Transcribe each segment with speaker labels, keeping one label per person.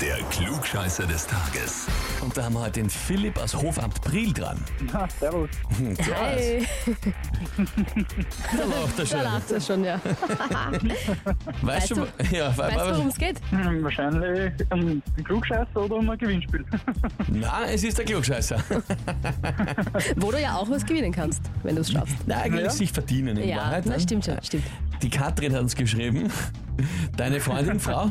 Speaker 1: Der Klugscheißer des Tages. Und da haben wir heute den Philipp aus Hofamt Bril dran.
Speaker 2: Ah, servus.
Speaker 1: Hi. Da lacht er
Speaker 3: Da
Speaker 1: schon.
Speaker 3: lacht er schon, ja.
Speaker 1: Weißt du, ja,
Speaker 3: Weißt du, worum es geht?
Speaker 2: Hm, wahrscheinlich ein Klugscheißer oder um ein Gewinnspiel.
Speaker 1: Nein, es ist der Klugscheißer.
Speaker 3: Wo du ja auch was gewinnen kannst, wenn du es schaffst.
Speaker 1: Nein, will
Speaker 2: Ja.
Speaker 1: es sich verdienen in
Speaker 3: Ja,
Speaker 1: Wahrheit. ne?
Speaker 3: das stimmt schon, stimmt.
Speaker 1: Die Katrin hat uns geschrieben. Deine Freundin, Frau?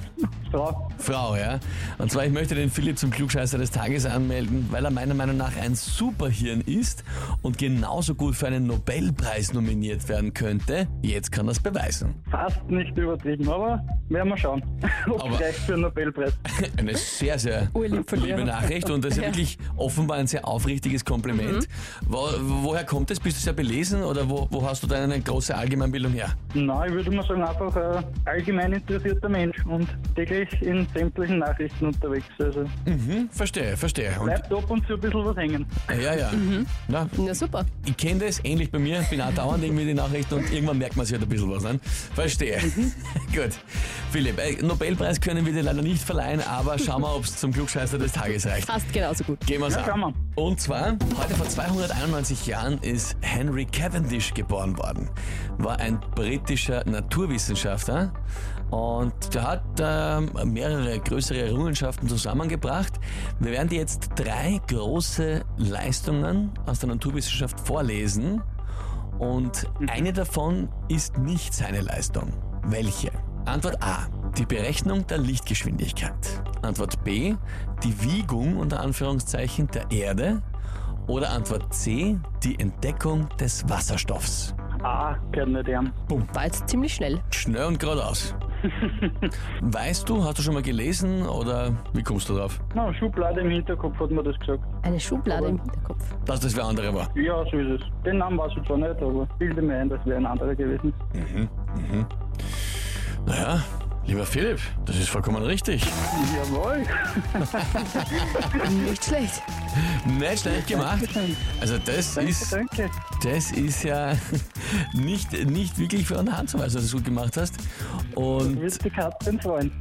Speaker 2: Frau,
Speaker 1: Frau, ja. Und zwar, ich möchte den Philipp zum Klugscheißer des Tages anmelden, weil er meiner Meinung nach ein Superhirn ist und genauso gut für einen Nobelpreis nominiert werden könnte. Jetzt kann er es beweisen.
Speaker 2: fast nicht übertrieben, aber werden wir schauen, ob
Speaker 1: Aber-
Speaker 2: es reicht für einen Nobelpreis.
Speaker 1: Eine sehr, sehr
Speaker 3: Urlieb Oh, von dir.
Speaker 1: liebe Nachricht und das ist ja. wirklich offenbar ein sehr aufrichtiges Kompliment. Wo, woher kommt das? Bist du sehr belesen oder wo, wo hast du deine große Allgemeinbildung her?
Speaker 2: Nein, ich würde mal sagen, einfach ein allgemein interessierter Mensch und täglich in sämtlichen Nachrichten unterwegs. Also
Speaker 1: Hm, verstehe, verstehe. Und,
Speaker 2: bleibt ab und zu ein bisschen was hängen.
Speaker 1: ja, ja. Na,
Speaker 3: Na super.
Speaker 1: ich kenne das, ähnlich bei mir, bin auch dauernd irgendwie die Nachrichten und irgendwann merkt man sich halt ein bisschen was an. Verstehe. Gut. Philipp, äh, Nobelpreis können wir dir leider nicht verleihen, aber schauen wir, ob es zum Klugscheißer des Tages reicht.
Speaker 3: Passt genauso gut.
Speaker 1: Gehen wir's
Speaker 2: Ja, kann
Speaker 1: an.
Speaker 2: man.
Speaker 1: Und zwar, heute vor 291 Jahren ist Henry Cavendish geboren worden. War ein britischer Naturwissenschaftler und der hat ähm, mehrere größere Errungenschaften zusammengebracht. Wir werden dir jetzt drei große Leistungen aus der Naturwissenschaft vorlesen und eine davon ist nicht seine Leistung. Welche? Antwort A. Die Berechnung der Lichtgeschwindigkeit. Antwort B. Die Wiegung unter Anführungszeichen der Erde. Oder Antwort C. Die Entdeckung des Wasserstoffs.
Speaker 2: Ah, gehört nicht an.
Speaker 3: War jetzt ziemlich schnell.
Speaker 1: Schnell und geradeaus. weißt du, hast du schon mal gelesen oder wie kommst du drauf?
Speaker 2: Na, Schublade im Hinterkopf hat mir das gesagt.
Speaker 3: Eine Schublade im Hinterkopf.
Speaker 1: Dass das wer andere war.
Speaker 2: Ja, so ist es. Den Namen weiß ich zwar nicht, aber bilde mir ein, das wäre ein anderer gewesen.
Speaker 1: Naja, lieber Philipp, das ist vollkommen richtig.
Speaker 2: Jawohl.
Speaker 3: Nicht schlecht.
Speaker 1: Nicht schlecht gemacht. Also das ist
Speaker 2: Danke.
Speaker 1: Das ist ja nicht, nicht wirklich von der Hand zu weisen, dass du es gut gemacht hast. Und
Speaker 2: Wird die Katrin freuen.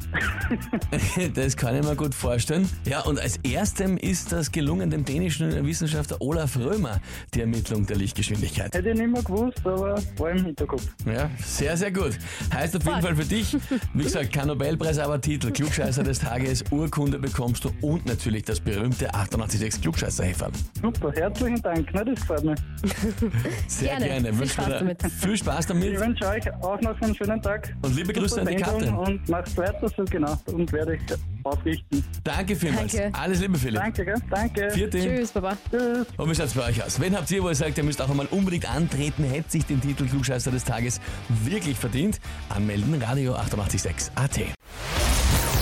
Speaker 1: das kann ich mir gut vorstellen. Ja, und als erstem ist das gelungen dem dänischen Wissenschaftler Olaf Römer, die Ermittlung der Lichtgeschwindigkeit.
Speaker 2: Hätte ich nicht mehr gewusst, aber war im Hinterkopf.
Speaker 1: Ja, sehr, sehr gut. Heißt auf jeden Fall für dich, wie gesagt, kein Nobelpreis, aber Titel, Klugscheißer des Tages, Urkunde bekommst du und natürlich das berühmte 886 klugscheißer -Häferl.
Speaker 2: Super, herzlichen Dank, ne, das gefällt mir.
Speaker 1: Sehr
Speaker 3: Gerne.
Speaker 1: gerne.
Speaker 3: Viel
Speaker 1: Wünschen wir
Speaker 3: Spaß
Speaker 1: dir
Speaker 3: damit.
Speaker 1: Viel Spaß
Speaker 2: Ich
Speaker 1: damit.
Speaker 2: wünsche euch auch noch einen schönen Tag.
Speaker 1: Und liebe
Speaker 2: Super
Speaker 1: Grüße an die
Speaker 2: Sendung
Speaker 1: Katrin.
Speaker 2: Und macht's weiter so, genau. Und werde ich ausrichten.
Speaker 1: Danke vielmals.
Speaker 3: Danke.
Speaker 1: Alles Liebe, Philipp.
Speaker 2: Danke, gell? Danke.
Speaker 1: Vierte.
Speaker 3: Tschüss, Baba.
Speaker 2: Tschüss.
Speaker 1: Und wie schaut's bei euch aus? Wen habt ihr, wo ihr sagt, ihr müsst auch einmal unbedingt antreten, hätte sich den Titel Klugscheißer des Tages wirklich verdient? Anmelden, Radio 886 AT.